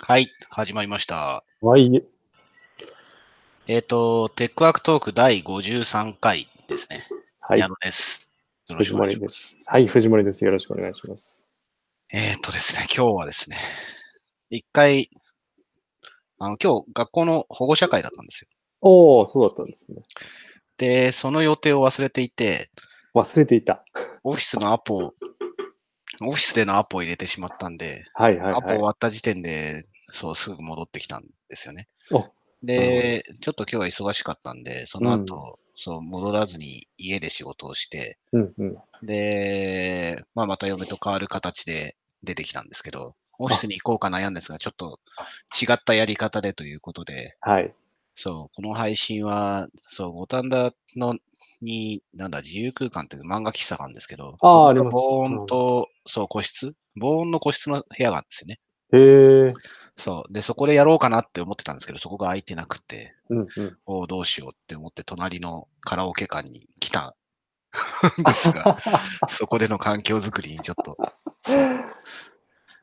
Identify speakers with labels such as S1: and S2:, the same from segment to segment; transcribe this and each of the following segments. S1: はい、始まりました。
S2: はい。
S1: えっ、と、テックワークトーク第53回ですね。
S2: はい
S1: 矢。野です。よろし
S2: 藤
S1: くお願い
S2: 森
S1: しま。
S2: ですす。はい、藤森です。よろしくお願いします。
S1: えっ、とですね、今日はですね、一回、あの、今日学校の保護者会だったんですよ。
S2: おー、そうだったんですね。
S1: で、その予定を忘れていて、
S2: 忘れていた。
S1: オフィスのアポを、オフィスでのアポを入れてしまったんで、
S2: はいはい
S1: アポ
S2: は
S1: 終
S2: い。
S1: わった時点で、そう、すぐ戻ってきたんですよね
S2: お。
S1: で、ちょっと今日は忙しかったんで、その後、そう、戻らずに家で仕事をして、
S2: うんうん。
S1: で、まあ、また嫁と変わる形で出てきたんですけど、オフィスに行こうか悩んですが、ちょっと違ったやり方でということで、
S2: はい。
S1: そう、この配信は、そう、五反田のに、なんだ、自由空間という漫画喫茶があるんですけど、そ
S2: あー
S1: こが
S2: あります
S1: 防
S2: う
S1: 音
S2: ん
S1: と、そう、個室、防音の個室の部屋があるんですよね。
S2: へー。
S1: そう。で、そこでやろうかなって思ってたんですけど、そこが空いてなくて、
S2: うん うん。
S1: おうどうしようって思って、隣のカラオケ館に来たん です が、そこでの環境づくりにちょっと、そう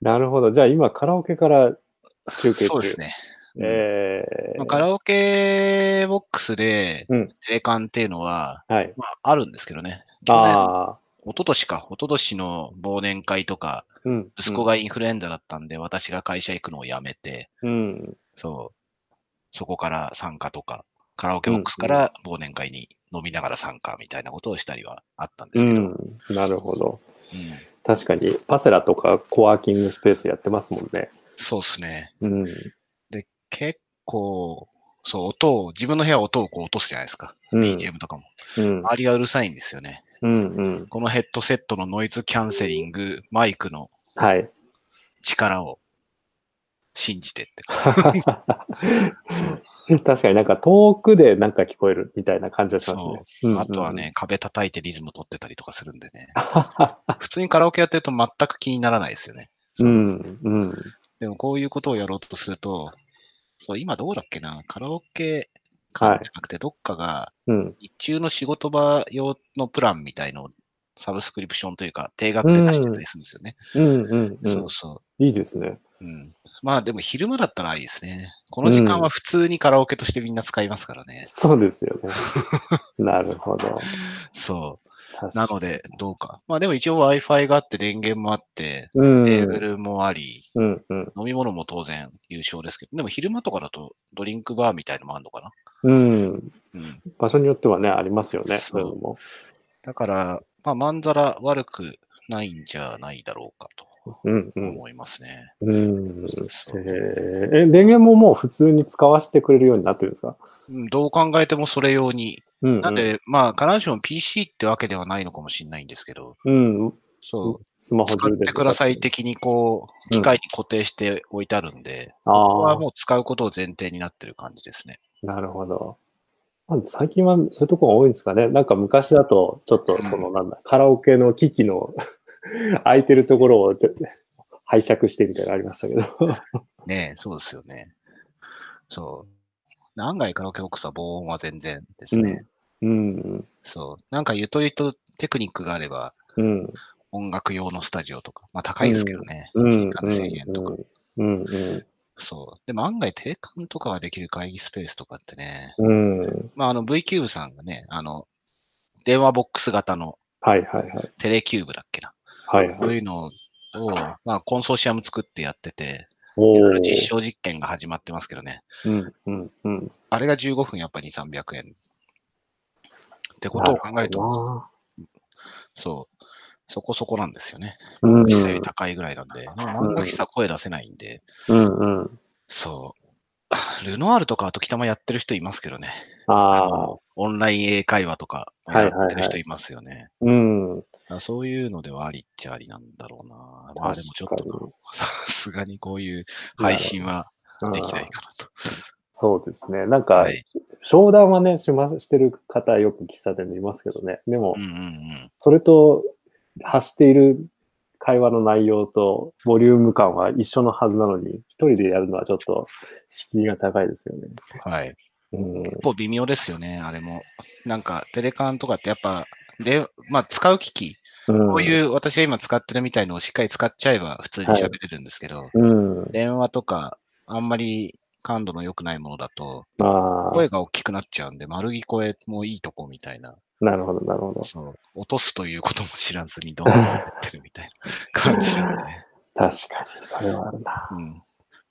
S2: なるほど。じゃあ今、カラオケから中継中。
S1: そうです。ね。うん
S2: え
S1: まあ、
S2: ー。
S1: カラオケボックスで
S2: うん
S1: 定感っていうのは、
S2: はい。
S1: まあ、あるんですけどね。去年、
S2: あ
S1: 一昨年か、一昨年の忘年会とか、
S2: ー。うん。
S1: 息子がインフルエンザだったんで、私が会社行くのをやめて、
S2: うん。
S1: そう。そこから参加とか、カラオケボックスから忘年会に飲みながら参加みたいなことをしたりはあったんで
S2: う
S1: すけど。うん
S2: ん。なるほど。確かに、パセラとかコワーキングスペースやってますもんね。
S1: そうですね。
S2: うん。
S1: 結構、そう、音を、自分の部屋は音をこう落とすじゃないですか。
S2: うん
S1: BGM とかも。
S2: うん。
S1: 周りがうるさいんですよね。
S2: うんうん。
S1: このヘッドセットのノイズキャンセリング、マイクの
S2: はい。
S1: 力を信じてって感じ。そう
S2: 確かになんか遠くでなんか聞こえるみたいな感じがしますね。うんうん
S1: あとはね、。壁叩いてリズム取ってたりとかするんでね。普通にカラオケやってると全く気にならないですよね。
S2: うん、うん。
S1: でもこういうことをやろうとすると、そう今どうだっけな、カラオケか
S2: はい
S1: じゃなくて、どっかが
S2: うん。
S1: 日中の仕事場用のプランみたいのをサブスクリプションというか、定額で出してたりするんですよね。
S2: うん、うん、う
S1: そ
S2: ん
S1: う。そ
S2: いいですね。
S1: う。うん、まあでも昼間だったらいいですね。この時間は普通にカラオケとしてみんな使いますからね。
S2: そうですよね。 なるほど。
S1: そう。な
S2: 確か
S1: ので、どうか。まあでも一応 Wi-Fi があって、電源もあって、
S2: にう
S1: テ
S2: ん、
S1: ーブルもあり、
S2: うん、うん。
S1: 飲み物も当然優勝ですけど、でも昼間とかだとドリンクバーみたいのもあるのか
S2: うん。
S1: な。うん、
S2: 場所によってはね、ありますよね。
S1: そう
S2: そういうのも。
S1: だから、まあ、まんざら悪くないんじゃないだろうかと
S2: うん、うん。
S1: 思いますね。
S2: うん。
S1: そう
S2: へーえ、電源ももう普通に使わせてくれるようになってるんですか
S1: うんどう考えてもそれ用に。
S2: うん。
S1: なん、で、まあ、必ずしも PC ってわけではないのかもしれないんですけど、
S2: うん。
S1: そ
S2: スマ
S1: う、
S2: ホ
S1: 使
S2: 充
S1: っ
S2: 電
S1: てください。的に、こう、
S2: うん
S1: 機械に固定して置いてあるんで、こ
S2: あ
S1: こ
S2: あ
S1: は。もう使うことを前提になってる感じですね。
S2: なるほど。まあ最近はそういうとこが多いんですかね。なんか昔だと、ちょっとそのなんだ、カラオケの機器の 空いてるところをちょ拝借してみたいなのありましたけど。
S1: ねえ、そうですよね。そう。案外カラオケボックスは防音は全然ですね。
S2: うん。
S1: そう。なんかゆとりとテクニックがあれば、
S2: うん。
S1: 音楽用のスタジオとか、まあ高いですけどね、
S2: うん。
S1: 1
S2: う
S1: 時
S2: ん
S1: 間1000円とか。。
S2: うん。うん。
S1: そう。でも案外定款とかができる会議スペースとかってね、
S2: うん。うん
S1: まああの V キューブさんがね、あの、電話ボックス型の
S2: はいはいはい。
S1: テレキューブだっけな。
S2: はい
S1: そ
S2: は
S1: う
S2: い。
S1: いうのを、まあコンソーシアム作ってやってて、
S2: お
S1: い
S2: ー
S1: ろいろ実証実験が始まってますけどね。
S2: うん。うん。うん。
S1: あれが15分やっぱり300円。ってことを考えると、
S2: わ
S1: そう。そこそこなんですよね。
S2: ーうん。
S1: 実際高いぐらいなんで、漫画喫茶声出せないんで、
S2: うん。うん。
S1: そう。 ルノアールとか、時たまやってる人いますけどね。
S2: ああ。
S1: のオンライン英会話とか
S2: はいはい
S1: や
S2: はい
S1: ってる人いますよね。
S2: うん。
S1: だからそういうのではありっちゃありなんだろうな。まあでもちょっと
S2: 確か
S1: な、さすがにこういう配信はできない
S2: うん
S1: かなと。
S2: そうですね。なんか、
S1: はい。
S2: 商談はね、しますしてる方、よく喫茶店でいますけどね。でも
S1: うん、うんうん。
S2: それと発している会話の内容とボリューム感は一緒のはずなのに、一人でやるのはちょっと敷居が高いですよね。
S1: はい。
S2: うん。
S1: 結構微妙ですよね、あれも。なんか、テレカンとかってやっぱ、で、まあ使う機器、こ
S2: こ
S1: う
S2: う。
S1: いう私が今使ってるみたいのをしっかり使っちゃえば普通に喋れるんですけど、
S2: うん。
S1: 電話とかあんまり感度の良くないものだと、
S2: ああ、
S1: 声が大きくなっちゃうんで、丸聞こえもいいとこみたいな、
S2: なるほど、なるほど。
S1: そう落とすということも知らずに どんどんやってるみたいな感じなんで、ね
S2: 確かに、それはあるな。
S1: うん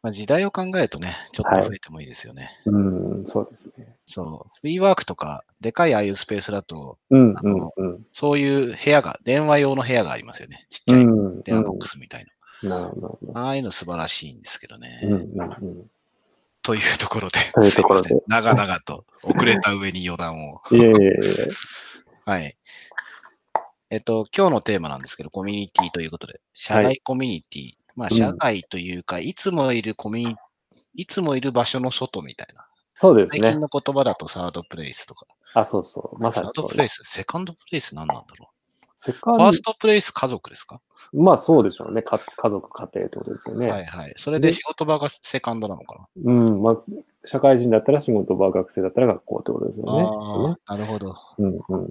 S1: まあ、時代を考えるとね、ちょっと増えてもいいですよね。
S2: うん、そうですね。
S1: そう、WeWork とか、でかいああいうスペースだと、
S2: うん、
S1: あ
S2: うん
S1: の、
S2: うん。
S1: そういう部屋が、電話用の部屋がありますよね。ちっち
S2: う
S1: ゃい
S2: ん、うん
S1: 電話ボックスみたい
S2: なるほど。
S1: な。ああいうの素晴らしいんですけどね。
S2: うん、うん、うん。
S1: というところで、
S2: というところです
S1: いません長々と遅れた上に余談を。
S2: いえいえいえ。
S1: はい。えっと、今日のテーマなんですけど、コミュニティということで、社
S2: は
S1: 外コミュニティ。まあ、
S2: うん
S1: 社外というか、いつもいるコミュニいつもいる場所の外みたいな。
S2: そうです
S1: 最
S2: ね
S1: 近。の言葉だとサードプレイスとか。
S2: あ、そうそう。まさ
S1: サ
S2: に
S1: ー
S2: そ
S1: ド
S2: う
S1: プ
S2: で
S1: レ
S2: す。
S1: イス、セカンドプレイス何なんだろ
S2: セ
S1: う。ファ
S2: カ
S1: ー
S2: ン
S1: ストプレイス家族ですか
S2: まあそうでしょうね。か家族、家庭ってことですよね。
S1: はいはい。それで仕事場がセカンドなのかな。
S2: うん。まあ、社会人だったら仕事場、学生だったら学校ってことです
S1: あ
S2: よ
S1: あ、なるほど。
S2: ね。うんうん。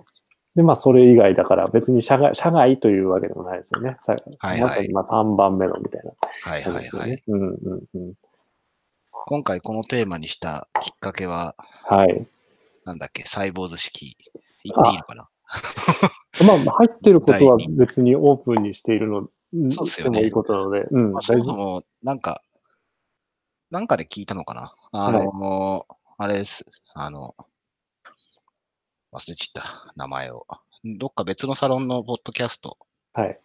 S2: で、まあ、それ以外だから、別に社外、社外というわけでもないですよね。さ
S1: はいはい
S2: まさにまあ、3番目のみたいな
S1: はい
S2: こと
S1: は
S2: で
S1: い
S2: すよ
S1: は
S2: ね。
S1: い。
S2: うんうんうん。
S1: 今回このテーマにしたきっかけは、
S2: はい。
S1: なんだっけ、サイボーズ式。言っていいのかな
S2: まあ、入ってることは別にオープンにしているの、うん
S1: そうっす
S2: して
S1: よね
S2: もいいことなので、うん、
S1: まあ、そも
S2: 大
S1: そ
S2: 丈夫
S1: も、なんか、なんかで聞いたのかなあの、あれです。あの、忘れちった、名前を。どっか別のサロンのポッドキャスト
S2: はい。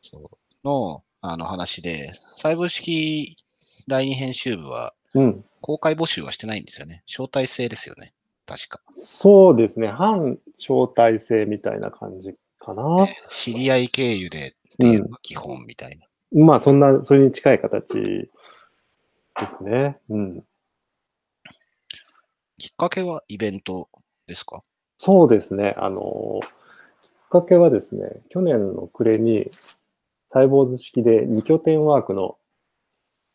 S1: そうのあの話で、細部式第二編集部は
S2: うん。
S1: 公開募集はしてないんですよね。招待制ですよね。確か。
S2: そうですね。反招待制みたいな感じかな。
S1: えー知り合い経由でっていうのが基本みたいな。
S2: まあ、そんな、それに近い形ですね。うん。
S1: きっかけはイベントですか
S2: そうですね。あの、きっかけはですね、去年の暮れに、サイボーズ式で2拠点ワークの、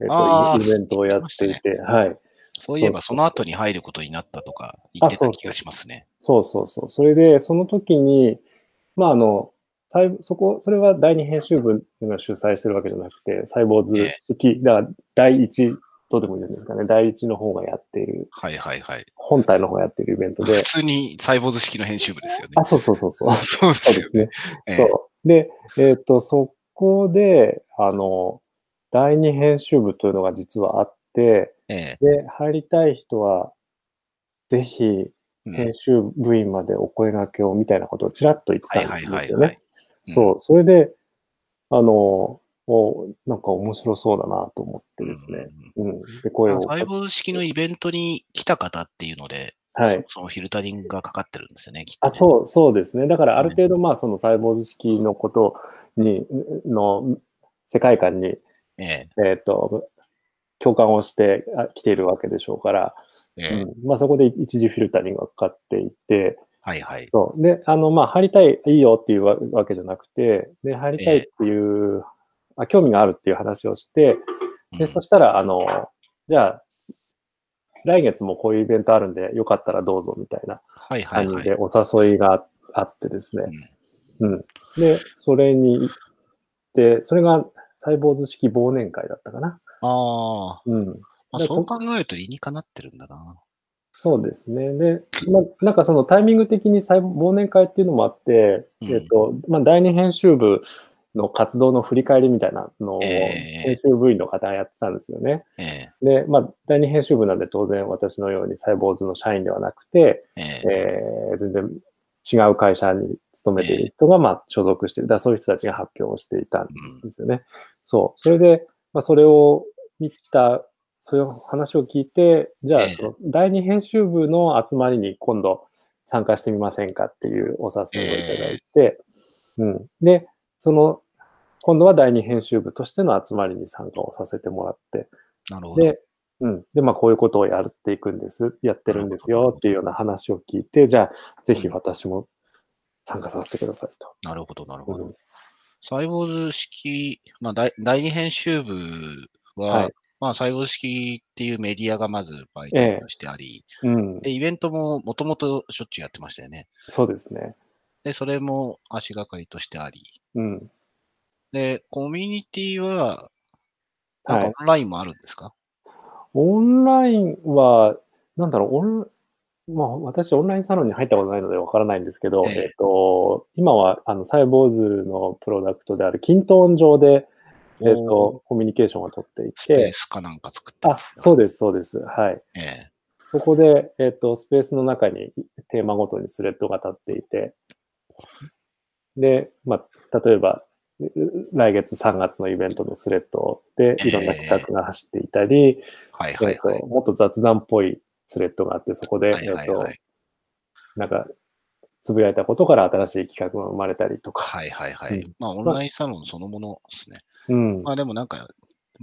S2: えっ
S1: あ
S2: と、
S1: ー
S2: イイベントをやっていて、はい。
S1: そういえ
S2: そ
S1: ば
S2: う
S1: その後に入ることになったとか言ってた気がしますね。
S2: そうそうそう。それで、その時に、まあ、あの、サイそこ、それは第二編集部が主催してるわけじゃなくて、サイボーズ式、だから第一とでも言うんですかね、第一の方がやっている、
S1: はいはいはい。
S2: 本体の方がやっているイベント
S1: 普
S2: で、
S1: 通にサイボーズ式の編集部ですよね
S2: あ、。そうそうそうそう。
S1: そうで
S2: そう
S1: す
S2: で
S1: よ
S2: すね。
S1: ね。ええ
S2: そう。で、えっ、と、そこで、あの、第二編集部というのが実はあって、
S1: え
S2: で、入りたい人は、ぜひ、
S1: えうん
S2: 編集部員までお声掛けをみたいなことをちらっと言ってた
S1: は
S2: ん
S1: い
S2: ですよ
S1: は
S2: ね。
S1: いはいはい。うん
S2: そう。それで、あの、おなんか面白そうだなと思ってですね。うんで、声をか
S1: サイボーズ式のイベントに来た方っていうので、
S2: はい。
S1: そのフィルタリングがかかってるんですよね、きっと
S2: あ
S1: ね、
S2: そう、そうですね。だから、ある程度、まあ、そのサイボーズ式のことに、の世界観に
S1: え
S2: えっ、と、共感をしてあ来ているわけでしょうから、
S1: えええ
S2: うんまあ、そこで一時フィルタリングがかかっていて、
S1: はいはい。
S2: そう。で、あの、まあ、入りたい、いいよっていうわわけじゃなくて、で、入りたいっていう、あ、興味があるっていう話をして、
S1: う
S2: で、
S1: ん
S2: そしたら、あの、じゃあ、来月もこういうイベントあるんで、よかったらどうぞみたいな
S1: はいはい
S2: 感じ
S1: はい。
S2: でお誘いがああってですね。うん。で、それに行って、それがサイボーズ式忘年会だったかな。
S1: ああ、
S2: うん。
S1: まあ、
S2: で
S1: そう考えると理にかなってるんだな。
S2: そうですね。で、まあ、なんかそのタイミング的に最忘年会っていうのもあって、
S1: うん
S2: えっと、まあ、第二編集部の活動の振り返りみたいなのを、
S1: ええ
S2: 編集部員の方がやってたんですよね。
S1: え
S2: で、まあ、第二編集部なんで当然私のようにサイボーズの社員ではなくて、
S1: ええ
S2: えー全然違う会社に勤めている人が、まあ、所属している。だからそういう人たちが発表をしていたん
S1: うん
S2: ですよね。そう。それで、まあ、それを見た、そういう話を聞いて、じゃ
S1: え
S2: あ、
S1: え
S2: その第二編集部の集まりに今度参加してみませんかっていうお誘いをいただいて、うん。で、その、今度は第二編集部としての集まりに参加をさせてもらって、
S1: なるほど。
S2: で、うん。で、まあ、こういうことをやっていくんです、やってるんですよっていうような話を聞いて、じゃあ、ぜひ私も参加させてくださいと。
S1: なるほど、なるほ
S2: う
S1: ど
S2: ん。
S1: サイボーズ式、まあ、第第二編集部は、
S2: はい
S1: まあ、サイボーズ式っていうメディアがまず媒体としてあり、
S2: うん
S1: で、。イベントももともとしょっちゅうやってましたよね。
S2: そうですね。
S1: で、それも足がかりとしてあり、
S2: うん。
S1: で、コミュニティは、なん
S2: は
S1: かオ
S2: い。
S1: ンラインもあるんですか、
S2: オンラインは、なんだろう、オンまあ、私、オンラインサロンに入ったことないのでわからないんですけど、
S1: ええ
S2: えっと、今は、あの、サイボーズのプロダクトである、キントーン上で、えっ
S1: お
S2: と、コミュニケーションを取ってい
S1: スペー
S2: て、
S1: スかなんか作って
S2: あ、そうです、そうです。はい。
S1: ええ
S2: そこで、えっ、と、スペースの中にテーマごとにスレッドが立っていて、で、まあ、例えば、うう来月3月のイベントのスレッドで、いろんな企画が走っていたり、
S1: はいはいは
S2: えっ
S1: い
S2: と。もっと雑談っぽいスレッドがあって、そこで、
S1: はいはいは
S2: えっ
S1: い。
S2: と、なんか、つぶやいたことから新しい企画が生まれたりとか。
S1: はいはいは
S2: う
S1: い。まあ、オンラインサロンそのものですね。
S2: うん。
S1: まあ、でもなんか、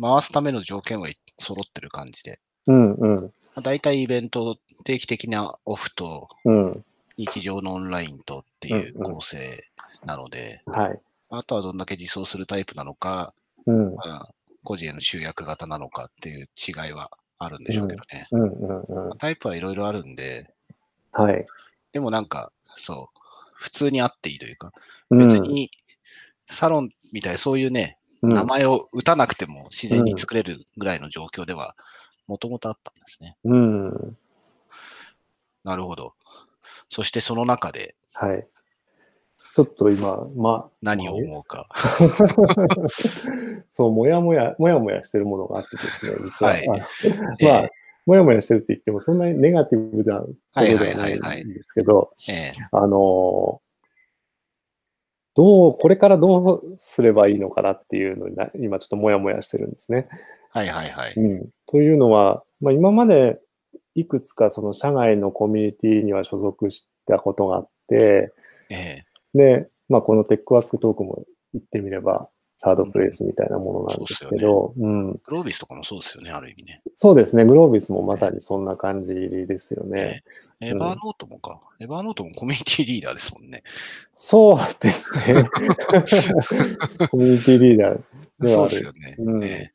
S1: 回すための条件は揃ってる感じで。
S2: うん、うん、
S1: まあ大体イベント、定期的なオフと、
S2: うん。
S1: 日常のオンラインとっていう
S2: うんうん
S1: 構成なので、
S2: はい。
S1: あとはどんだけ自走するタイプなのか、
S2: うん、
S1: まあ個人への集約型なのかっていう違いはあるんでしょうけどね。
S2: うん、うん、うん
S1: まあ。タイプはいろいろあるんで、
S2: はい。
S1: でもなんか、そう、普通にあっていいというか、
S2: うん
S1: 別にサロンみたいなそういうね、
S2: うん
S1: 名前を打たなくても自然に作れるぐらいの状況では、もともとあったんですね。
S2: うん。
S1: なるほど。そしてその中で
S2: はい。ちょっと今、ま、
S1: 何を思うか。
S2: そう、もやもや、もやもやしてるものがあってです ね、実は。
S1: はい
S2: あの
S1: え
S2: まあ、もやもやしてるって言っても、そんなにネガティブなことではないんですけど、
S1: ええ
S2: あの、どう、これからどうすればいいのかなっていうのにな、今ちょっともやもやしてるんですね。
S1: はいはいはい。
S2: うん。というのは、まあ、今までいくつかその社外のコミュニティには所属したことがあって、
S1: ええ
S2: で、まあ、このテックワークトークも言ってみれば、サードプレイスみたいなものなんですけど、うん。
S1: グロービスとかもそうですよね、ある意味ね。
S2: そうですね、グロービスもまさにそんな感じですよね。
S1: ええエバーノートもか。エバーノートもコミュニティリーダーですも んね。
S2: そうです ね。コミュニティリーダーで
S1: そ
S2: はあ
S1: うです
S2: る。
S1: よね。
S2: うん
S1: ええ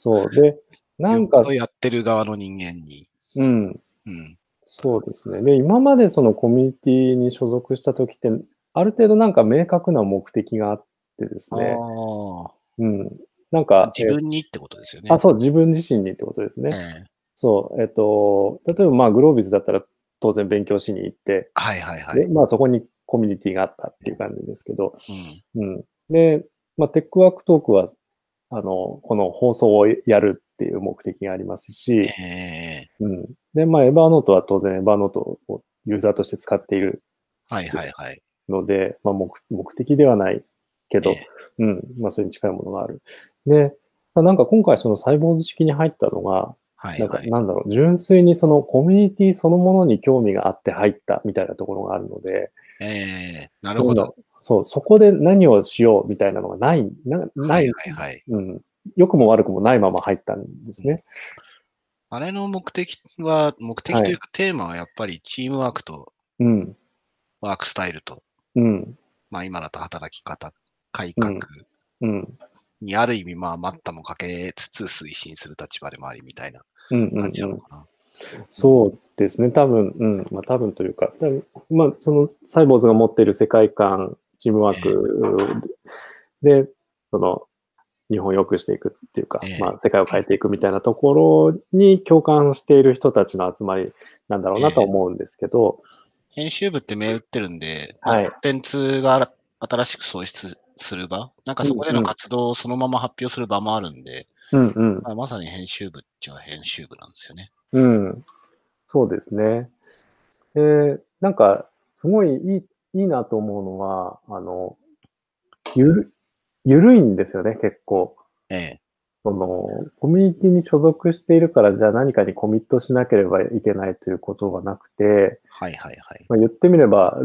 S2: そう。で、なん
S1: よっ
S2: か
S1: ぽど、やってる側の人間に。
S2: うん。
S1: うん。
S2: そうですね。で、今までそのコミュニティに所属した時って、ある程度なんか明確な目的があってですね。うん。な
S1: あ
S2: ん
S1: あ、
S2: か、
S1: 自分にってことですよ
S2: え
S1: ね。
S2: ーあ、そう、自分自身にってことですね。
S1: ええ
S2: そう、えっと、例えばまあグロービスだったら当然勉強しに行って、
S1: はいはいはい。
S2: でまあそこにコミュニティがあったっていう感じですけど、
S1: うん
S2: うん。で、まあテックワークトークは、あの、この放送をやるっていう目的があります
S1: え
S2: し、
S1: え
S2: うん。で、まあエバーノートは当然エバーノートをユーザーとして使っている
S1: はいはいはい。
S2: ので、まあ目目的ではないけど
S1: え、え
S2: うん。まあそれに近いものがある。で、まあなんか今回そのサイボーズ式に入ったのが、
S1: はい
S2: なんか、
S1: はい。
S2: なんだろう、純粋にそのコミュニティそのものに興味があって入ったみたいなところがあるので、
S1: ええなるほ
S2: なん
S1: ど
S2: だ。ろうそう、そこで何をしようみたいなのがない、なな、
S1: はいいはいはい。
S2: うん、良くも悪くもないまま入ったんですね。
S1: あれの目的は、目的というかテーマはやっぱりチームワークと
S2: うん、
S1: ワークスタイルと、
S2: うん、
S1: まあ今だと働き方、改革、
S2: うんうん、
S1: にある意味、まあ、待ったもかけつつ推進する立場でもありみたいな
S2: うん、うん、う
S1: 感じなの
S2: ん。
S1: かな。
S2: そうですね、多分、うん、まあ多分というか、多分まあそのサイボーズが持っている世界観、チームワークで、その、日本を良くしていくっていうか、
S1: ええ
S2: まあ、世界を変えていくみたいなところに共感している人たちの集まりなんだろうなと思うんですけど、
S1: 編集部って銘打ってるんで、
S2: はい
S1: コンテンツがあら新しく創出する場、なんかそこで
S2: うん
S1: の
S2: うん
S1: 活動をそのまま発表する場もあるんで、
S2: うんうん、
S1: まあ、まさに編集部っちゃ編集部なんですよね。
S2: うん、そうですね。で、なんか、すごいいいいいなと思うのは、あの、ゆる、ゆるいんですよね、結構。
S1: ええ。
S2: その、コミュニティに所属しているから、じゃあ何かにコミットしなければいけないということがなくて、
S1: はいはいはい。
S2: まあ、言ってみれば、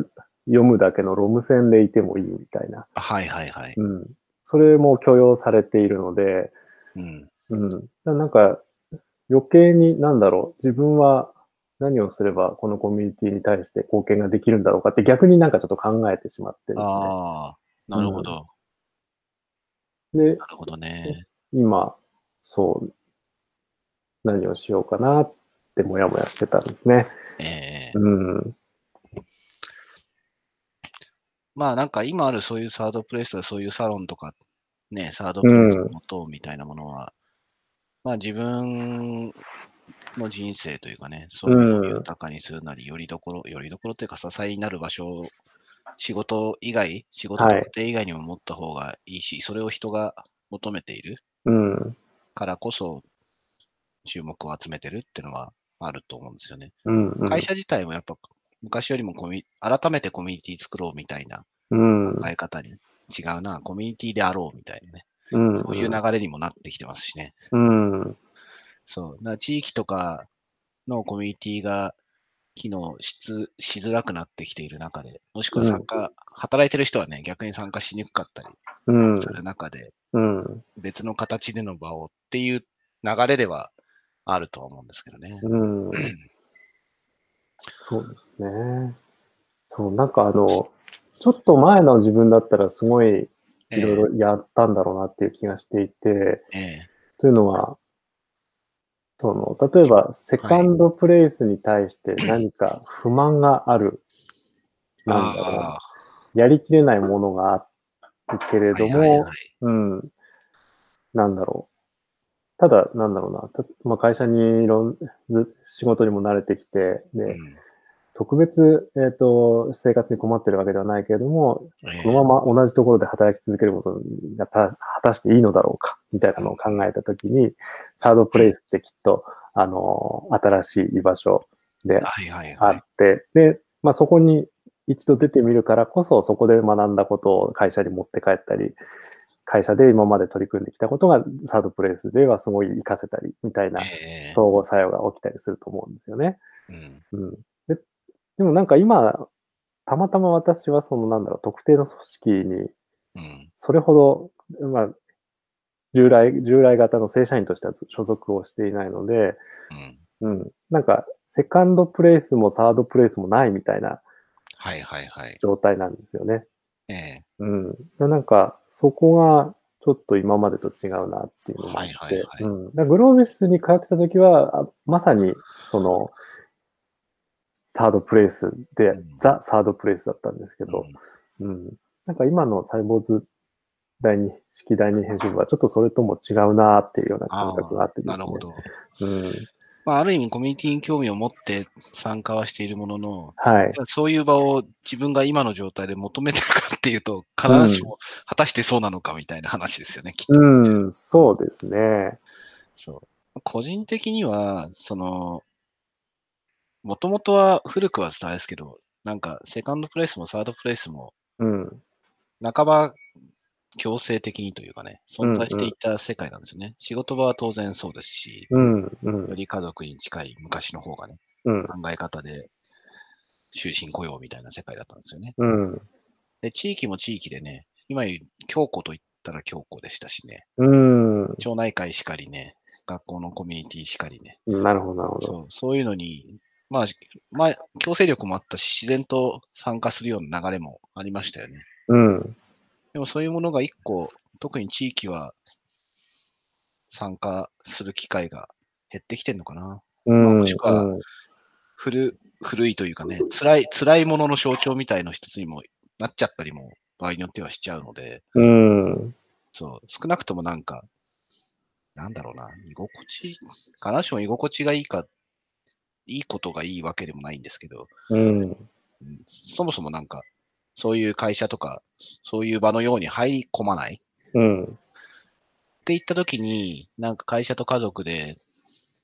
S2: 読むだけのロム線でいてもいいみたいな。
S1: はいはいはい。
S2: うん。それも許容されているので、
S1: うん。
S2: うん。なんか、余計に、なんだろう、自分は何をすればこのコミュニティに対して貢献ができるんだろうかって逆になんかちょっと考えてしまってですね。
S1: ああ、なるほど。
S2: で、
S1: なるほどね。
S2: 今、そう、何をしようかなってもやもやしてたんですね。
S1: ええ
S2: うん。
S1: まあなんか今あるそういうサードプレイスとかそういうサロンとか、ね、サードプレイスの等みたいなものは、まあ自分の人生というかね、そういうのを豊かにするなり、よりどころ、よりどころというか支えになる場所を、仕事以外、仕事と
S2: はい
S1: 家庭以外にも持った方がいいし、それを人が求めている
S2: うん。
S1: からこそ、注目を集めてるっていうのはあると思うんですよね。
S2: うん。うん
S1: 会社自体もやっぱ昔よりもコミ改めてコミュニティ作ろうみたいな
S2: うん。
S1: 考え方に違うな、コミュニティであろうみたいなね、
S2: うん。
S1: そういう流れにもなってきてますしね。
S2: うん。
S1: そう。だから地域とかのコミュニティが機能しつしづらくなってきている中で、もしくは参加、働いてる人はね、逆に参加しにくかったり
S2: うん
S1: す。る中で、
S2: うん。
S1: 別の形での場をっていう流れではあるとは思うんですけどね。
S2: うん。そうですね。そう、なんかあの、ちょっと前の自分だったらすごいいろいろやったんだろうなっていう気がしていて、
S1: えええ
S2: というのは、その、例えば、セカンドプレイスに対して何か不満がある。
S1: え
S2: なんだろうな
S1: あ
S2: やりきれないものがあるけれ
S1: ー
S2: ども、
S1: はいはいはい
S2: うん。なんだろう。ただ、なんだろうな。たまあ、会社にいろんず、仕事にも慣れてきて、
S1: う
S2: で、
S1: ん
S2: 特別、えっ、と、生活に困ってるわけではないけれども、
S1: ええ
S2: このまま同じところで働き続けることがた果たしていいのだろうか、みたいなのを考えたときに、サードプレイスってきっと、あの、新しい居場所
S1: は
S2: で
S1: いはい
S2: あ
S1: はい。
S2: って、で、まあ、そこに一度出てみるからこそ、そこで学んだことを会社に持って帰ったり、会社で今まで取り組んできたことがサードプレイスではすごい活かせたり、みたいな
S1: ええ
S2: 統合作用が起きたりすると思うんですよね。
S1: うん
S2: うんででもなんか今、たまたま私はそのなんだろう、特定の組織に
S1: うん
S2: それほど、まあ、従来、従来型の正社員としては所属をしていないので、
S1: うん
S2: うん、なんか、セカンドプレイスもサードプレイスもないみたいな
S1: はいはいはい。
S2: 状態なんですよね。
S1: ええ
S2: うん。でなんか、そこが、ちょっと今までと違うなっていうのもあ
S1: は
S2: っ
S1: いはい
S2: て
S1: は、い
S2: うんだからグロービスに通ってた時は、あまさに、その、サードプレイスで、
S1: うん
S2: ザ・サードプレイスだったんですけ
S1: う
S2: ど
S1: ん、
S2: うん。なんか今のサイボーズ第二、式第二編集部はちょっとそれとも違うなっていうような
S1: あ
S2: 感覚があって
S1: あ、
S2: ですね。
S1: なるほ。ど。
S2: うん。
S1: まあ、ある意味コミュニティに興味を持って参加はしているものの、
S2: はい。
S1: そういう場を自分が今の状態で求めてるかっていうと、必ずしも果たしてそうなのかみたいな話ですよね、きっと。
S2: うん、そうですね。
S1: そう個人的には、その、もともとは古くは伝えですけど、なんかセカンドプレイスもサードプレイスも、
S2: うん。
S1: 半ば強制的にというかね、存在していた世界なんですよね。仕事場は当然そうですし、
S2: うん。う
S1: よ
S2: ん。
S1: り家族に近い昔の方がね、
S2: うん。
S1: 考え方で終身雇用みたいな世界だったんですよね。
S2: うん。
S1: で、地域も地域でね、今言う強固と言ったら強固でしたしね、
S2: うん。
S1: 町内会しかりね、学校のコミュニティしかりね、
S2: なるほど、なるほど。
S1: そうそういうのに、まあ、まあ、強制力もあったし、自然と参加するような流れもありましたよね。
S2: うん。
S1: でもそういうものが一個、特に地域は参加する機会が減ってきてるのかな。
S2: うん。
S1: もしくは
S2: うん
S1: 古古いというかね、辛い、辛いものの象徴みたいの一つにもなっちゃったりも、場合によってはしちゃうので、
S2: うん。
S1: そう、少なくともなんか、なんだろうな、居心地、必ずしも居心地がいいか、いいことがいいわけでもないんですけど、
S2: うん。
S1: うんそもそもなんか、そういう会社とか、そういう場のように入り込まない
S2: うん。
S1: って言った時に、なんか会社と家族で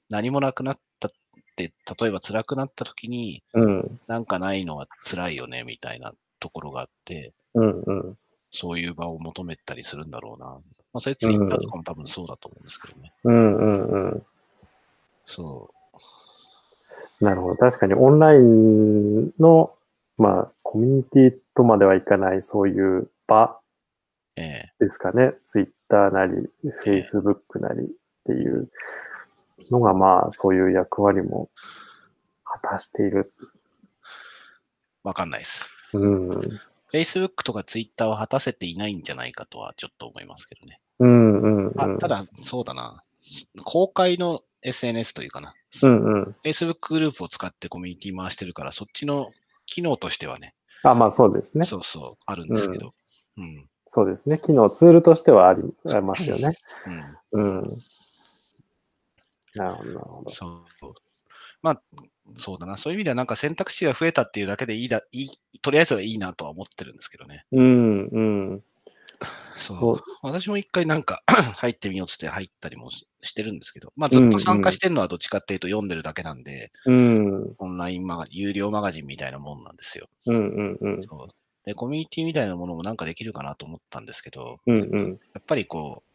S1: 何もなくなったって、例えば辛くなった時に、
S2: うん。
S1: なんかないのは辛いよね、みたいなところがあって、
S2: うん。うん。
S1: そういう場を求めたりするんだろうな。まあ、それツイッターとかも多分そうだと思うんですけどね。
S2: うん。うん。うん。
S1: そ
S2: なるほど。確かにオンラインの、まあ、コミュニティとまではいかない、そういう場
S1: う。え
S2: ですかね。ツイッターなり、フェイスブックなりっていうのが、まあ、そういう役割も果たしている。
S1: えわかんないです。
S2: うん。
S1: Facebook とか Twitter は果たせていないんじゃないかとはちょっと思いますけどね。
S2: うん。うん。うん
S1: あただ、そうだな。公開の SNS というかな。
S2: うん。うん。
S1: Facebook グループを使ってコミュニティ回してるから、そっちの機能としてはね、
S2: あ、まあ、そうですね。
S1: そうそう、あるんですけど。うん。
S2: そうですね。機能、ツールとしてはありありますよね。
S1: うん。
S2: うん。なるほど、なるほど。
S1: そうそう。まあ、そうだな。そういう意味では、なんか選択肢が増えたっていうだけでいいだ、いい、とりあえずはいいなとは思ってるんですけどね。
S2: うん、うん。
S1: そう。
S2: そう
S1: 私も一回なんか 入ってみようっつって入ったりもししてるんですけど、まあずっと参加してるのはどっちかっていうと読んでるだけなんで、
S2: うん、うん、
S1: オンラインマガ、有料マガジンみたいなもんなんですよ。
S2: うん、うん。
S1: そうで、コミュニティみたいなものもなんかできるかなと思ったんですけど、
S2: うん、うん。
S1: やっぱりこう、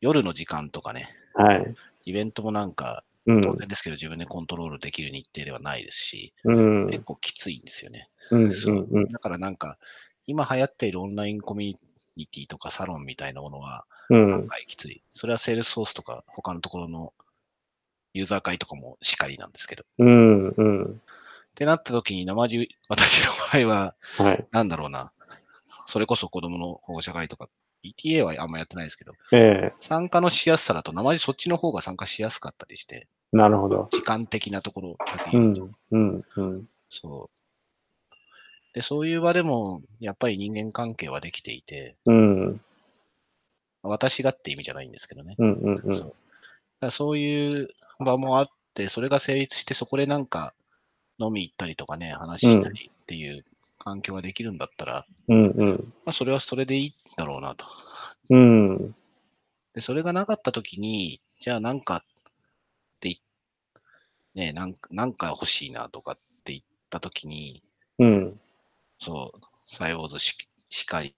S1: 夜の時間とかね、
S2: はい。
S1: イベントもなんか、
S2: うん、
S1: 当然ですけど、自分でコントロールできる日程ではないですし、
S2: うん、うん、
S1: 結構きついんですよね。
S2: うん、うん。
S1: だからなんか、今流行っているオンラインコミュニティとかサロンみたいなものは、
S2: うん、
S1: はい、きつい。それはセールスソースとか、他のところのユーザー会とかもしかりなんですけど。
S2: うん、うん。
S1: ってなった時に、生地、私の場合は、
S2: はい。
S1: なんだろうな。それこそ子供の保護者会とか、ETA はあんまやってないですけど、
S2: ええ
S1: 参加のしやすさだと、生地そっちの方が参加しやすかったりして、
S2: なるほど。
S1: 時間的なところだけ
S2: う
S1: 言うと、
S2: ん、うん、うん。
S1: そう。で、そういう場でも、やっぱり人間関係はできていて、
S2: うん、
S1: 私がって意味じゃないんですけどね。
S2: うん、うん、う。
S1: そうんだからそういう場もあって、それが成立して、そこでなんか飲み行ったりとかね、話したりっていう環境ができるんだったら、
S2: うん、うん。
S1: まあ、それはそれでいいんだろうなと。
S2: うん、
S1: で、それがなかったときに、じゃあなんかってい、ね、なんかなんか欲しいなとかって言ったときに、
S2: うん、
S1: そう、サイボーズししかり、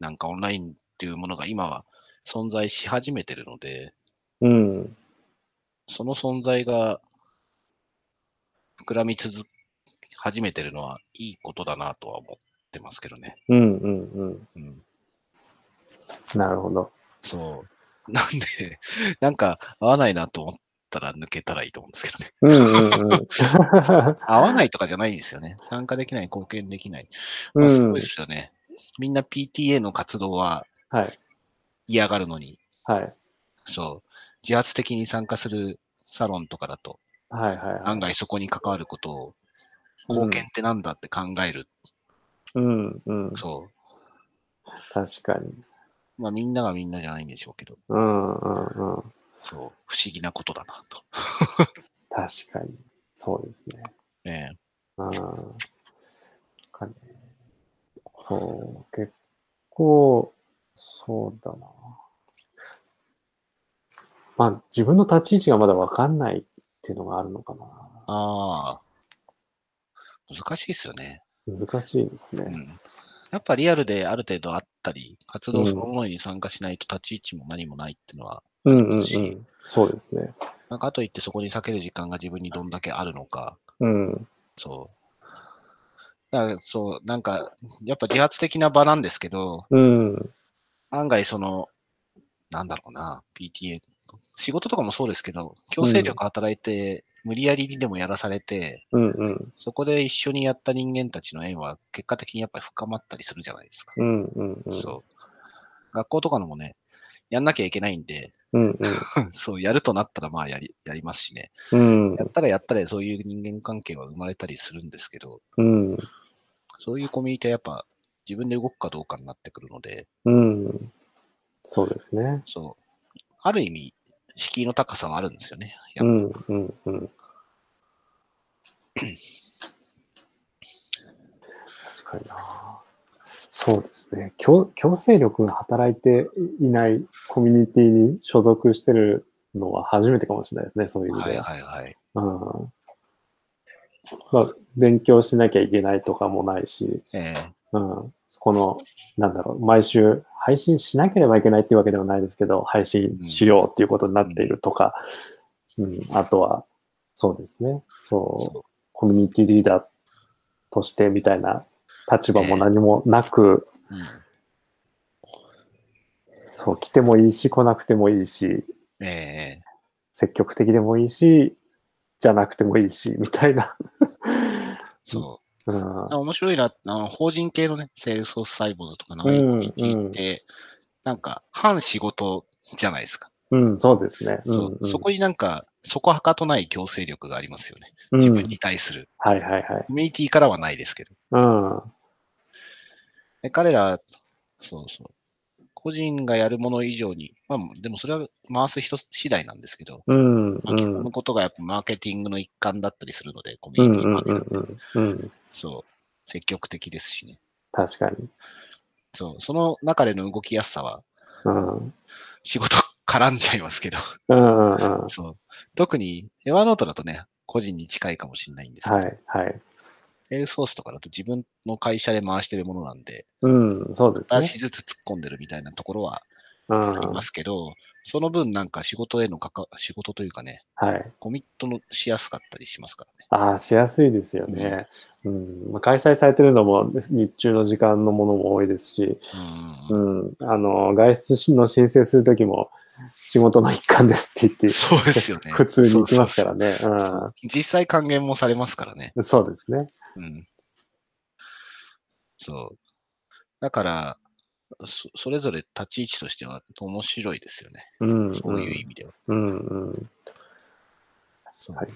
S1: なんかオンラインっていうものが今は存在し始めてるので、
S2: うん。
S1: その存在が膨らみ続け始めてるのはいいことだなとは思ってますけどね。
S2: うん、うん、うん。
S1: うん、
S2: なるほど。
S1: そう。なんで、なんか合わないなと思ったら抜けたらいいと思うんですけどね。
S2: うん、うん、うん。
S1: 合わないとかじゃないですよね。参加できない、貢献できない。まあ、す
S2: う
S1: ご
S2: ん
S1: いで。すよね。みんな PTA の活動は
S2: はい、
S1: 嫌がるのに、
S2: はい、
S1: そう、自発的に参加するサロンとかだと、
S2: はい、は
S1: 案外そこに関わることを、
S2: うん
S1: 貢献ってなんだって考える。
S2: い。うん、うん。
S1: そう。
S2: 確かに。
S1: まあみんながみんなじゃないんでしょうけど、
S2: うん、うん、うん。
S1: そう、不思議なことだなと。
S2: 確かに。そうですね。
S1: ええ
S2: うん。なんかねそう、結構、そうだな。まあ、自分の立ち位置がまだわかんないっていうのがあるのか
S1: ああ、難しいですよね、
S2: な。難しいです
S1: うん
S2: ね。。
S1: やっぱリアルである程度あったり、活動そのものに参加しないと立ち位置も何もないっていうのは、
S2: うん、うん、うん。そうですね。
S1: なんかあといってそこに避ける時間が自分にどんだけあるのか、
S2: うん、
S1: そう。だからそう、なんか、やっぱ自発的な場なんですけど、
S2: うん、
S1: 案外その、なんだろうな、PTA、仕事とかもそうですけど、強制力働いて、無理やりにでもやらされて、
S2: うん、うん、
S1: そこで一緒にやった人間たちの縁は、結果的にやっぱり深まったりするじゃないですか。
S2: うん、うん、うん。
S1: そう。学校とかのもね、やんなきゃいけないんで、
S2: うん、
S1: そう、やるとなったらまあやり、やりますしね。
S2: うん、
S1: やったらやったらそういう人間関係は生まれたりするんですけど、
S2: うん、
S1: そういうコミュニティはやっぱ自分で動くかどうかになってくるので、
S2: うん。そうですね。
S1: そう。ある意味、敷居の高さはあるんですよね。や
S2: う
S1: っぱ
S2: ん、うん、うん。確かにな。そうですね強。強制力が働いていないコミュニティに所属してるのは初めてかもしれないですね、そういう意味
S1: は
S2: で
S1: い
S2: は。
S1: はいはい。
S2: うんまあ、勉強しなきゃいけないとかもないし、
S1: え
S2: うん、そこの、なんだろう、毎週配信しなければいけないっていうわけではないですけど、配信しようっていうことになっているとか、うん、あとは、そうですね、
S1: え
S2: そう、
S1: そ
S2: コミュニティリーダーとしてみたいな立場も何もなく、
S1: ううん
S2: そう、来てもいいし、来なくてもいいし、
S1: ええ
S2: 積極的でもいいし、じゃなくてもいいし、みたいな。
S1: そ
S2: うん
S1: う。、面白いな、あの法人系のね、セールスソースサイボーズとかの
S2: うん
S1: IT って、なんか、反仕事じゃないですか。
S2: うん、そうですね。う
S1: そ
S2: ん
S1: う、
S2: うん、
S1: そこになんか、そこはかとない強制力がありますよね。
S2: うん
S1: 自分に対する。
S2: はいはいはい。
S1: コミュニティからはないですけど。
S2: うん、
S1: で彼ら、そうそう。個人がやるもの以上に、まあ、でもそれは回す人次第なんですけど、
S2: うん、う
S1: 巻き込
S2: ん
S1: む。ことがやっぱマーケティングの一環だったりするので、コミ
S2: う
S1: ュニテ
S2: ん
S1: ィ
S2: うん
S1: マーケ
S2: う
S1: ティン
S2: ん
S1: グ
S2: うん。うん。
S1: そう、積極的ですしね。
S2: 確かに。
S1: そう、その中での動きやすさは、
S2: うん。うん
S1: 仕事絡んじゃいますけど、
S2: うんうん。は
S1: そう。特に、エワノートだとね、個人に近いかもしれないんですけど、
S2: い、はい。
S1: セールスフォースとかだと自分の会社で回してるものなんで、
S2: うん、そうです
S1: 少
S2: ね。
S1: しずつ突っ込んでるみたいなところは
S2: うん。
S1: ありますけど、その分なんか仕事へのかか、仕事というかね、
S2: はい。
S1: コミットのしやすかったりしますからね。
S2: ああ、しやすいですよね。うん。まあ、開催されてるのも日中の時間のものも多いですし、
S1: うん
S2: うん。あの、外出の申請するときも仕事の一環ですって言って、
S1: そうですよね。
S2: 普通に行きますからね。
S1: そうそうそう実際還元もされますからね。
S2: うん。そうですね。
S1: うん。そう。だから、そそれぞれ立ち位置としては面白いですよね。
S2: うん。
S1: そういう意味では。
S2: うんうん。
S1: そう
S2: はい。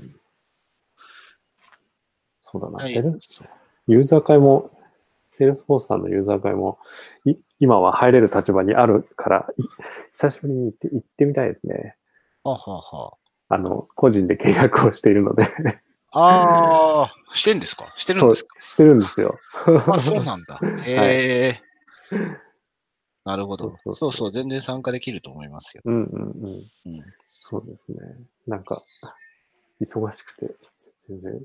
S2: そうだな。
S1: はい
S2: セル
S1: そう
S2: ユーザー会も、セールスフォースさんのユーザー会も、い今は入れる立場にあるから、い久しぶりに行って行ってみたいですね。
S1: はあ、はあは
S2: あの、個人で契約をしているので。
S1: あ、あーしてんですかしてるん
S2: そう、
S1: ですか
S2: してるんですよ。
S1: あ、そうなん だ。へえ。なるほど。
S2: そうそう
S1: そ
S2: そう
S1: うそう、全然参加できると思いますよ。
S2: うんうんうん。
S1: うん
S2: そうですね。なんか、忙しくて、全然。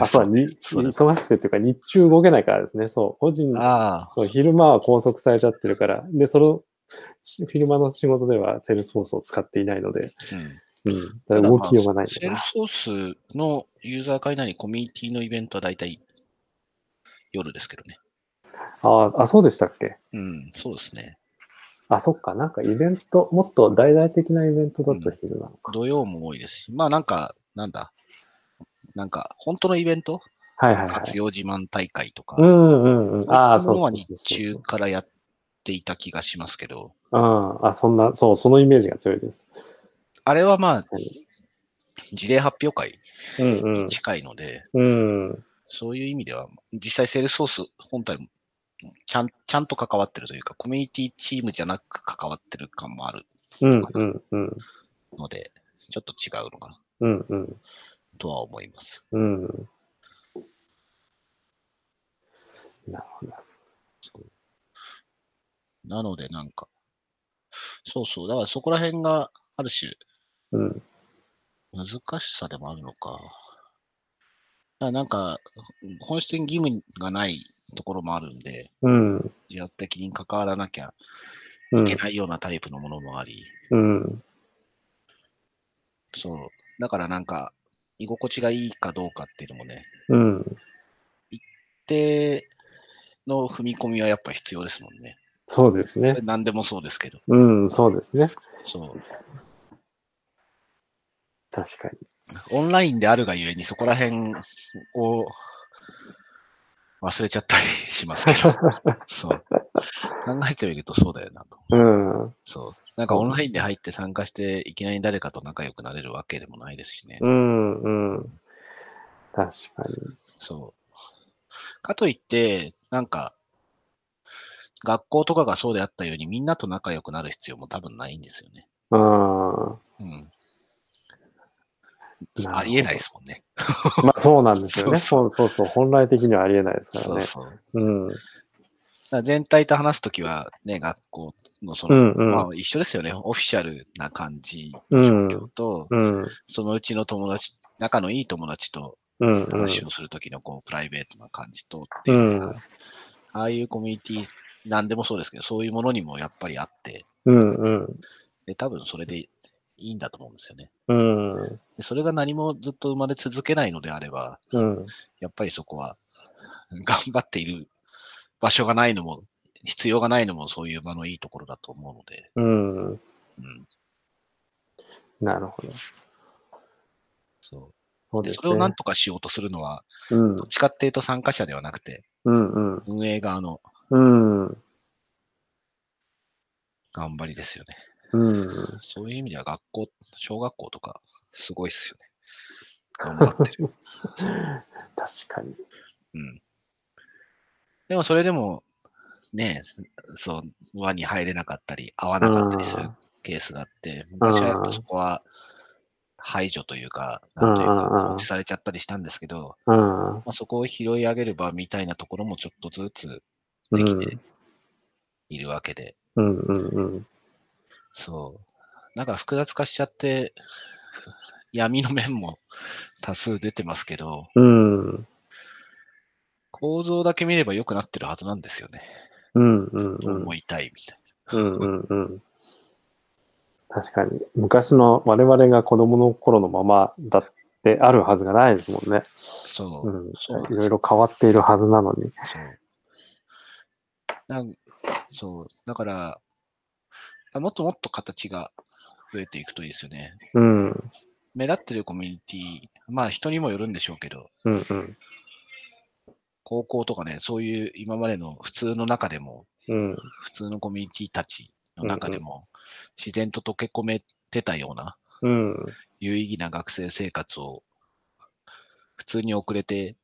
S2: あ、そうだ、に
S1: そうだ
S2: 忙しくてっていうか、日中動けないからですね。そう、個人
S1: ああ、
S2: そう昼間は拘束されちゃってるから、で、その、し昼間の仕事ではセールスフォースを使っていないので、
S1: うん。
S2: うん、
S1: た
S2: だ
S1: だ
S2: から動きようがないん
S1: セー
S2: だ
S1: ル
S2: な
S1: ス。フォースのユーザー会なりコミュニティのイベントは大体夜ですけどね。
S2: あーあ、そうでしたっけ
S1: うん、そうですね。
S2: あ、そっか、なんかイベント、もっと大々的なイベントだった昼なのか。
S1: 土曜も多いですし、まあなんか、なんだ、なんか、本当のイベント、
S2: はいはいはい
S1: 活。用自慢大会とか、
S2: う
S1: そ
S2: んうんうん。ああ、
S1: いも
S2: そう
S1: の
S2: そ
S1: は
S2: う
S1: 日
S2: そうそう
S1: 中からやっていた気がしますけど、
S2: うん。あ、そんな、そう、そのイメージが強いです。
S1: あれはまあ
S2: はい、
S1: 事例発表会
S2: うんうん
S1: に。近いので、
S2: うん。
S1: そういう意味では、実際セールスソース本体もちゃんちゃんと関わってるというか、コミュニティチームじゃなく関わってる感もある
S2: うんうんうん。
S1: ので、ちょっと違うのかな
S2: うんうん。
S1: とは思います。
S2: うん。なるほど。
S1: そうなので、なんか、そうそう、だからそこら辺がある種、
S2: うん。
S1: 難しさでもあるのか。だからなんか、本質的に義務がないところもあるんで、
S2: うん。
S1: 自発的に関わらなきゃ
S2: う
S1: い
S2: ん
S1: けないようなタイプのものもあり、
S2: うん。
S1: そう。だからなんか、居心地がいいかどうかっていうのもね、
S2: うん。
S1: で、の踏み込みはやっぱ必要ですもんね。
S2: そうです
S1: そ
S2: ね
S1: れ。何でもそうですけど。
S2: うん、そうですね。
S1: そう。
S2: 確かに。
S1: オンラインであるがゆえにそこら辺を忘れちゃったりしますけど。そう。考えてみるとそうだよなと。
S2: うん。
S1: そう。なんかオンラインで入って参加して、いきなり誰かと仲良くなれるわけでもないですしね。
S2: うん、うん。確かに。
S1: そう。かといって、なんか、学校とかがそうであったように、みんなと仲良くなる必要も多分ないんですよね。
S2: うん。
S1: うん。
S2: るほど
S1: ありえないですもんね。
S2: まあそうなんですよね。
S1: そ
S2: そうそうそう。本来的にはありえないですか
S1: そ
S2: ら
S1: う
S2: ね。
S1: そう。だか
S2: うん。
S1: ら全体と話すときは、ね、学校のそうの、
S2: んう
S1: まあ
S2: ん。
S1: 一緒ですよね。オフィシャルな感じ
S2: うん
S1: 状況と、
S2: うん。
S1: そのうちの友達、仲のいい友達と
S2: うん。うん。
S1: 話をするときのこう、プライベートな感じとっていううの
S2: ん
S1: が、ああいうコミュニティ、なんでもそうですけど、そういうものにもやっぱりあって、
S2: うん。うん。
S1: で、多分それでいいんだと思うんですよね。
S2: うん。
S1: でそれが何もずっと生まれ続けないのであれば、
S2: うん。
S1: やっぱりそこは 頑張っている場所がないのも、必要がないのもそういう場のいいところだと思うので、
S2: うん。
S1: うん、
S2: なるほど。
S1: そ
S2: そうう
S1: で
S2: です
S1: それを
S2: ね
S1: 何。とかしようとするのは、
S2: うん
S1: どっ。ちかっていうと参加者ではなくて、
S2: うん。うん
S1: 運営側の
S2: うん。
S1: 頑張りですよね。
S2: うん。
S1: そういう意味では学校、小学校とか、すごいっすよね。頑張ってる。
S2: 確かに。
S1: うん。でもそれでも、ね、そう、輪に入れなかったり、合わなかったりするケースがあって、昔はやっぱそこは排除というか、なんという
S2: うんうんうん
S1: か、放置されちゃったりしたんですけど、
S2: うん。
S1: まあ、そこを拾い上げる場みたいなところもちょっとずつ
S2: う
S1: でき
S2: ん
S1: ているわけで、
S2: うんうんうん。
S1: そう。なんか複雑化しちゃって、 闇の面も多数出てますけど、
S2: うん。
S1: 構造だけ見れば良くなってるはずなんですよね。
S2: うんうん
S1: と
S2: うん
S1: 思。いたいみたい
S2: うんうんうん。確かに。昔の我々が子供の頃のままだってあるはずがないですもんね。
S1: な。そう。
S2: うん。
S1: そうなんです
S2: いろいろ変わっているはずなのに。
S1: そうなんそう。だから、もっともっと形が増えていくといいですよね。
S2: うん。うん
S1: 目立ってるコミュニティ、まあ人にもよるんでしょうけど、
S2: うん。
S1: 高校とかね、そういう今までの普通の中でも、
S2: うん。
S1: 普通のコミュニティたちの中でも、自然と溶け込めてたような
S2: うん。
S1: 有意義な学生生活を普通に遅れて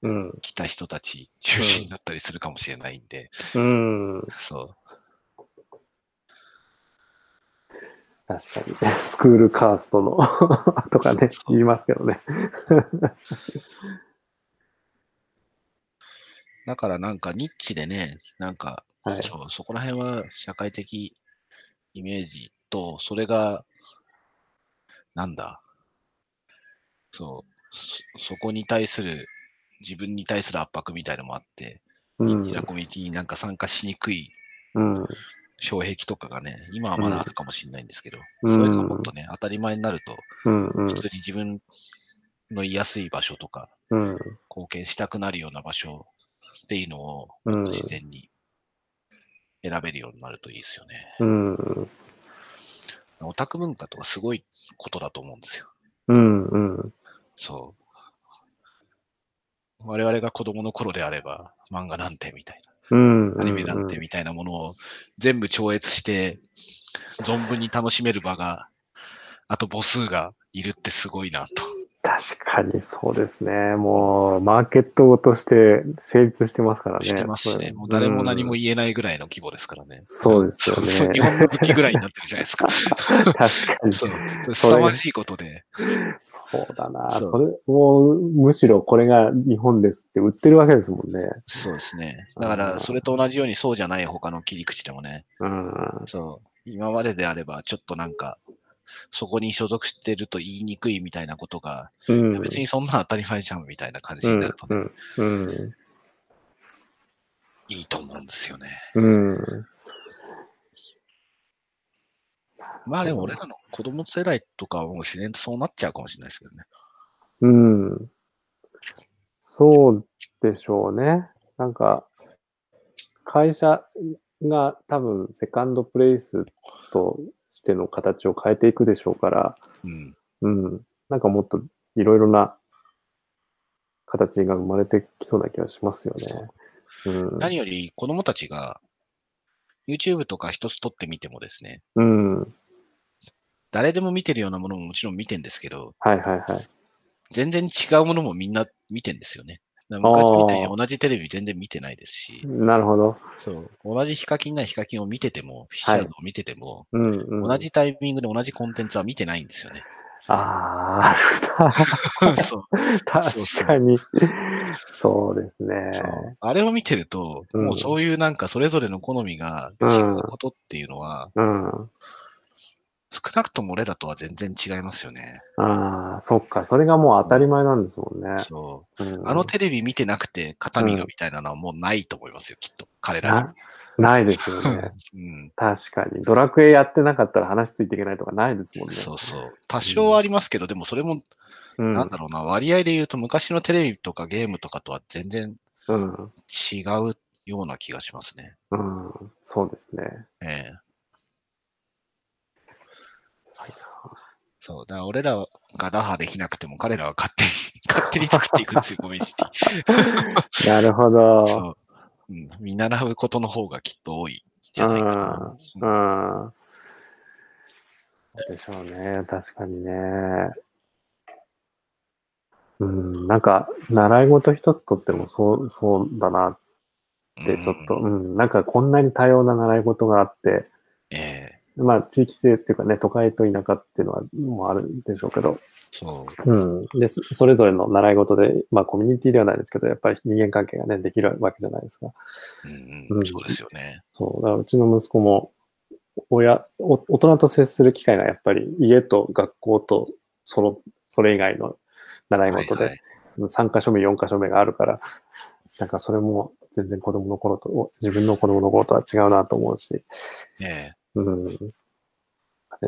S2: うん。
S1: きた人たち中心になったりするかもしれないんで、
S2: うん。
S1: そう。
S2: 確かに。スクールカーストのとかね、言いますけどね。
S1: だからなんかニッチでね、なんか、
S2: はい。
S1: そうそこら辺は社会的イメージと、それが、なんだ、そうそ、そこに対する、自分に対する圧迫みたいのもあって、
S2: う
S1: ニッ
S2: ん
S1: チな。コミュニティになんか参加しにくい
S2: うん。
S1: 障壁とかがね、今はま
S2: うん
S1: だあるかもしれないんですけど、
S2: うん
S1: そういうのがもっとね、当たり前になると、
S2: うん。うん
S1: 普通に自分の居やすい場所とか、
S2: うん。
S1: 貢献したくなるような場所っていうのを
S2: うん
S1: 自然に選べるようになるといいですよね。
S2: うん。
S1: オタク文化とかすごいことだと思うんですよ。
S2: うん。うん。
S1: そう。我々が子供の頃であれば、漫画なんてみたい
S2: うん。
S1: な、アニメなんてみたいなものを全部超越して、存分に楽しめる場が、あと母数がいるってすごいなと。
S2: 確かにそうですね。もう、マーケットとして成立してますからね。
S1: してますしね。もう誰も何も
S2: い
S1: 言えないぐらいの規模ですからね。
S2: そうですよね
S1: そうそう日本の武器ぐらいになってるじゃないですか。
S2: うん。確かに。そ
S1: そう
S2: う。
S1: 凄まじいことで。
S2: だな。そ
S1: そう
S2: れ、もう、むしろこれが日本ですって売ってるわけですもんね。
S1: そうですね。だから、それと同じようにそうじゃない他の切り口でもね、
S2: うん。
S1: そう、今までであれば、ちょっとなんか、そこに所属してると言いにくいみたいなことが、
S2: うん。
S1: 別にそんなの当たり前じゃんみたいな感じ
S2: う
S1: に
S2: ん
S1: なるとね、
S2: うん。うん。
S1: いいと思うんですよね。
S2: うん。
S1: まあでも、俺らの子供世代とかはもう自然とそうなっちゃうかもしれないですけどね。
S2: うん。そうでしょうね。なんか、会社が多分セカンドプレイスとしての形を変えていくでしょうから、
S1: うん。
S2: うん。なんかもっといろいろな形が生まれてきそうな気がしますよね。うん。
S1: 何より、子供たちが、YouTube とか一つ撮ってみてもですね、
S2: うん。はい
S1: 誰でも見てるようなものももちろん見てんですけど、
S2: はいはい。
S1: 全然違うものもみんな見てんですよね。だから昔みたいに同じテレビ全然見てないですし、
S2: なるほど。
S1: そう同じヒカキンならヒカキンを見てても、フィッシャーズを見てても、
S2: うん、うん。
S1: 同。じタイミングで同じコンテンツは見てないんです よね。
S2: あ
S1: そ
S2: あ、
S1: うそう
S2: 確かに。そうですね。
S1: そうあれを見てると、
S2: うん
S1: もうそういうなんかそれぞれの好みが違うことっていうのは、
S2: うん。
S1: 少なくとも俺らとは全然違いますよね。
S2: ああ、そっか。それがもう当たり前なんですもんね。
S1: そ
S2: うん
S1: うあのテレビ見てなくて、肩身がみたいなのはもうないと思いますよ、きっと。彼ら
S2: なないですよ
S1: に。
S2: ね。
S1: うん、
S2: 確かに。ドラクエやってなかったら話ついていけないとかないですもんね。
S1: そうそう。多少はありますけど、でもそれも
S2: うん。
S1: なんだろうな、割合で言うと昔のテレビとかゲームとかとは全然
S2: うん。
S1: 違うような気がしますね。
S2: うん。そうですね。
S1: ええ
S2: はい
S1: そう。だから俺らが打破できなくても彼らは勝手に、勝手に作っていくんですよ、コミュニティ。
S2: なるほど。
S1: そう。うん、見習うことの方がきっと多いじゃないか
S2: あ
S1: な。
S2: ーあー。そうでしょうね。確かにね。うん、なんか、習い事一つとってもそう、そうだなって、ちょっと、うん、なんかこんなに多様な習い事があって、
S1: ええ
S2: まあ、地域性っていうかね、都会と田舎っていうのは、もあるんでしょうけど、
S1: そう。
S2: うん。で、そそれぞれの習い事で、まあ、コミュニティではないですけど、やっぱり人間関係がね、できるわけじゃないですか。
S1: うん
S2: う
S1: うんん、そうですよね。
S2: そう。だからうちの息子も、親、お大人と接する機会がやっぱり家と学校と、その、それ以外の習い事で、
S1: はい
S2: 3箇所目、4箇所目があるから、なんかそれも全然子供の頃と、お自分の子供の頃とは違うなと思うし、
S1: え
S2: うん。ね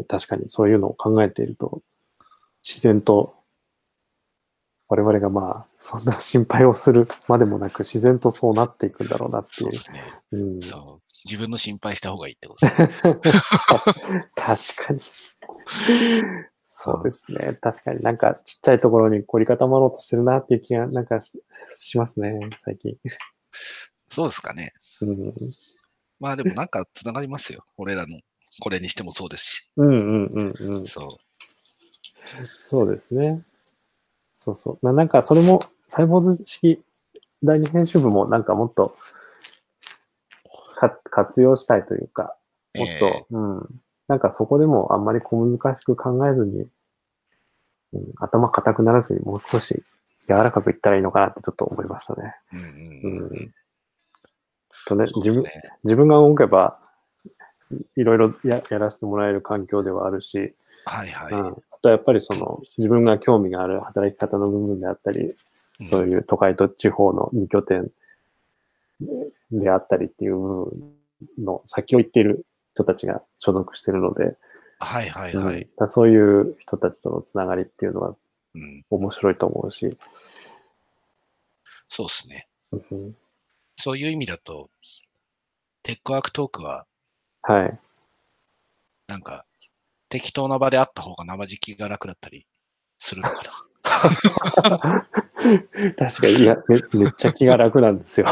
S2: 確かにそういうのを考えていると、自然と、我々がまあ、そんな心配をするまでもなく、自然とそうなっていくんだろうなっ
S1: え
S2: て
S1: そう
S2: いう
S1: で。すね。
S2: うん、
S1: そう。自分の心配した方がいいってことですね。
S2: 確かに。そうですね。確かになんかちっちゃいところに凝り固まろうとしてるなっていう気がなんかししますね、最近。
S1: そうですかね。
S2: うん、
S1: まあでもなんかつながりますよ。俺らの、これにしてもそうですし。
S2: うんうんうんうん。
S1: そう。
S2: そうですね。そうそう。ななんかそれも、サイボーズ式第二編集部もなんかもっとか活用したいというか、もっと、
S1: ええ
S2: うん。なんかそこでもあんまり小難しく考えずに、うん、頭固くならずにもう少し柔らかくいったらいいのかなってちょっと思いましたね。
S1: うんうん
S2: う
S1: うんん。。
S2: とね、
S1: そうで
S2: 自
S1: す
S2: 分
S1: ね、
S2: 自分が動けば、いいろいろややらせてもらえる環境ではあるし、
S1: はいはい。
S2: うん、あとはやっぱりその自分が興味がある働き方の部分であったり、
S1: うん
S2: そういう都会と地方の2拠点であったりっていう部分の先を行っている人たちが所属しているので、
S1: はいはい
S2: うん
S1: は
S2: だ
S1: い。
S2: からそういう人たちとのつながりっていうのは
S1: うん。
S2: 面白いと思うし、
S1: そうですね。
S2: うん
S1: そういう意味だと、テックワークトークは、
S2: はい。
S1: なんか、適当な場であった方が生じきが楽だったりするのかな。
S2: 確かに、いや、めめっちゃ気が楽な んですよ。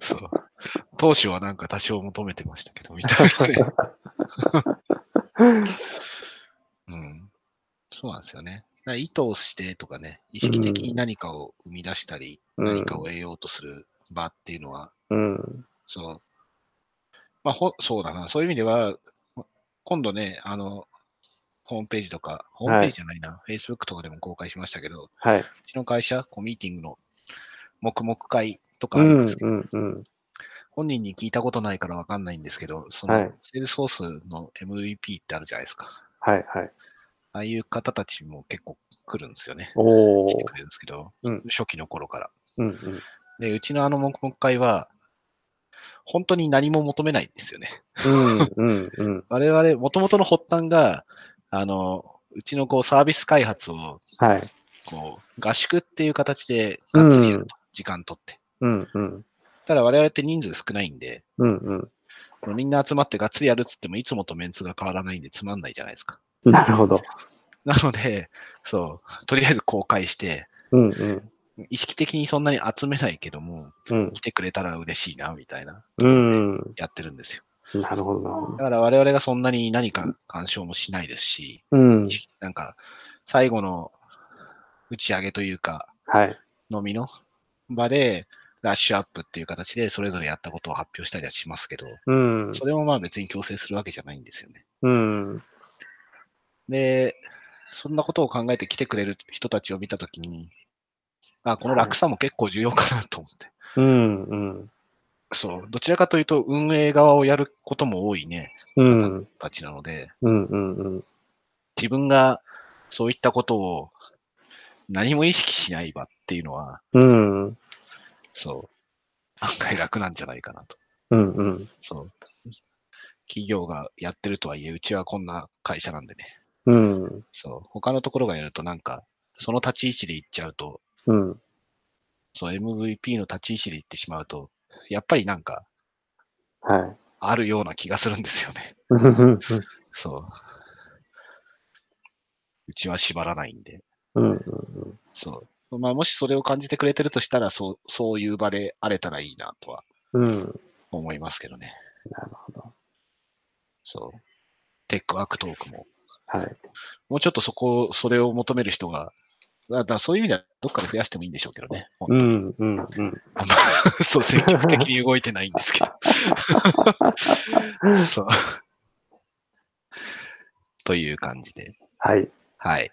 S1: そう。当初はなんか多少求めてましたけど、みたいなね。 うん。そうなんですよね。だから意図をしてとかね、意識的に何かを生み出したり、
S2: うん
S1: 何かを得ようとする場っていうのは、
S2: うん。
S1: そう。まあほ、そうだな。そういう意味では、今度ね、あの、ホームページとか、ホームページじゃないな、Facebook とかでも公開しましたけど、
S2: はい。
S1: うちの会社、コミーティングの黙々会とか
S2: う
S1: あり
S2: ん、
S1: ま
S2: う
S1: すけど、
S2: ん、うん。
S1: 本人に聞いたことないからわかんないんですけど、そ
S2: は
S1: の
S2: い、
S1: セールソースの MVP ってあるじゃないですか。
S2: はい、はい。
S1: ああいう方たちも結構来るんですよね。
S2: お
S1: 来て
S2: ー
S1: く。れるんですけど、
S2: うん
S1: 初期の頃から。
S2: うん、うん。
S1: で、うちのあの黙々会は、本当に何も求めないんですよね。
S2: うん、うん、うん。
S1: 我々、もともとの発端が、あの、うちのこうサービス開発を
S2: はい。
S1: こう合宿っていう形でがっつりやると、時間取って。
S2: うん、うん。
S1: ただ我々って人数少ないんで、
S2: うん、うん。
S1: このみんな集まってがっつりやるっつってもいつもとメンツが変わらないんでつまんないじゃないですか。
S2: なるほど。
S1: なので、そう、とりあえず公開して、
S2: うん、うん。
S1: 意識的にそんなに集めないけども、
S2: うん
S1: 来、てくれたら嬉しいな、みたいな、
S2: うん。
S1: やってるんですよ。
S2: なるほど、なるほ
S1: だ
S2: ど。
S1: から我々がそんなに何か干渉もしないですし、
S2: うん。
S1: なんか、最後の打ち上げというか、
S2: はい。
S1: 飲みの場で、ラッシュアップっていう形で、それぞれやったことを発表したりはしますけど、
S2: うん、
S1: それもまあ別に強制するわけじゃないんですよね。
S2: うん。
S1: で、そんなことを考えて来てくれる人たちを見たときに、あ、この楽さも結構重要かなと思って。
S2: うん、うん。
S1: そう、どちらかというと、運営側をやることも多いね、
S2: うん、
S1: たちなので、
S2: うん、うん、うん。
S1: 自分がそういったことを何も意識しない場っていうのは、
S2: うん、
S1: そう、案外楽なんじゃないかなと。
S2: うん、うん。
S1: そう。企業がやってるとはいえ、うちはこんな会社なんでね。
S2: うん、
S1: そう。他のところがやるとなんか、その立ち位置で行っちゃうと、
S2: うん。
S1: そう、MVP の立ち位置で行ってしまうと、やっぱりなんか、
S2: はい。
S1: あるような気がするんですよね。
S2: うんうん
S1: そう。うちは縛らないんで。
S2: うん、
S1: そう。まあ、もしそれを感じてくれてるとしたら、そう、そういう場であれたらいいなとは
S2: うん。なる
S1: 思いますけどね。
S2: ほど。
S1: そう。テックワークトークも。
S2: はい。
S1: もうちょっとそこ、それを求める人がだだからそういう意味では、どっかで増やしてもいいんでしょうけどね。
S2: うん、うん、うん。
S1: そう、積極的に動いてないん ですけど。そう。という感じで。
S2: はい。
S1: はい。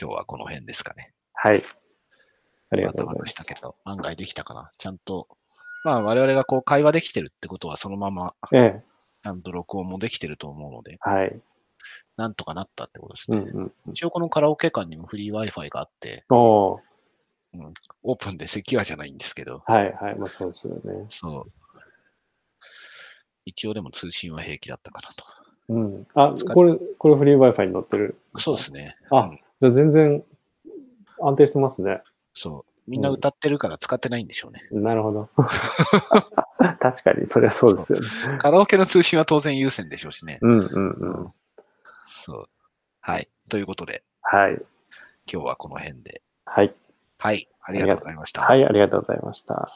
S1: 今日はこの辺ですかね。
S2: はい。
S1: ありがとうございましたけど、案外できたかな。ちゃんと、まあ、我々がこう会話できてるってことは、そのまま、
S2: ええ、
S1: ちゃんと録音もできてると思うので、
S2: はい。
S1: なんとかなったってことですね。
S2: うんうんうん、
S1: 一応、このカラオケ館にもフリー Wi-Fi があって、
S2: お
S1: うん、オープンでセキュアじゃないんですけど、
S2: はいはい、まあそうですよね。
S1: そう。一応でも通信は平気だったかなと。
S2: うん。あ、これ、これフリー Wi-Fi に乗ってる。
S1: そうですね。
S2: あ、うん、じゃ全然安定してますね。
S1: そう。みんな歌ってるから使ってないんでしょうね。
S2: うん、なるほ ど。確かに、そりゃそうですよね。
S1: カラオケの通信は当然優先でしょうしね。
S2: うんうんうん。
S1: そう。はい。ということで、
S2: はい。
S1: 今日はこの辺で。
S2: はい。
S1: はい。ありがとうございました。
S2: はい、ありがとうございました。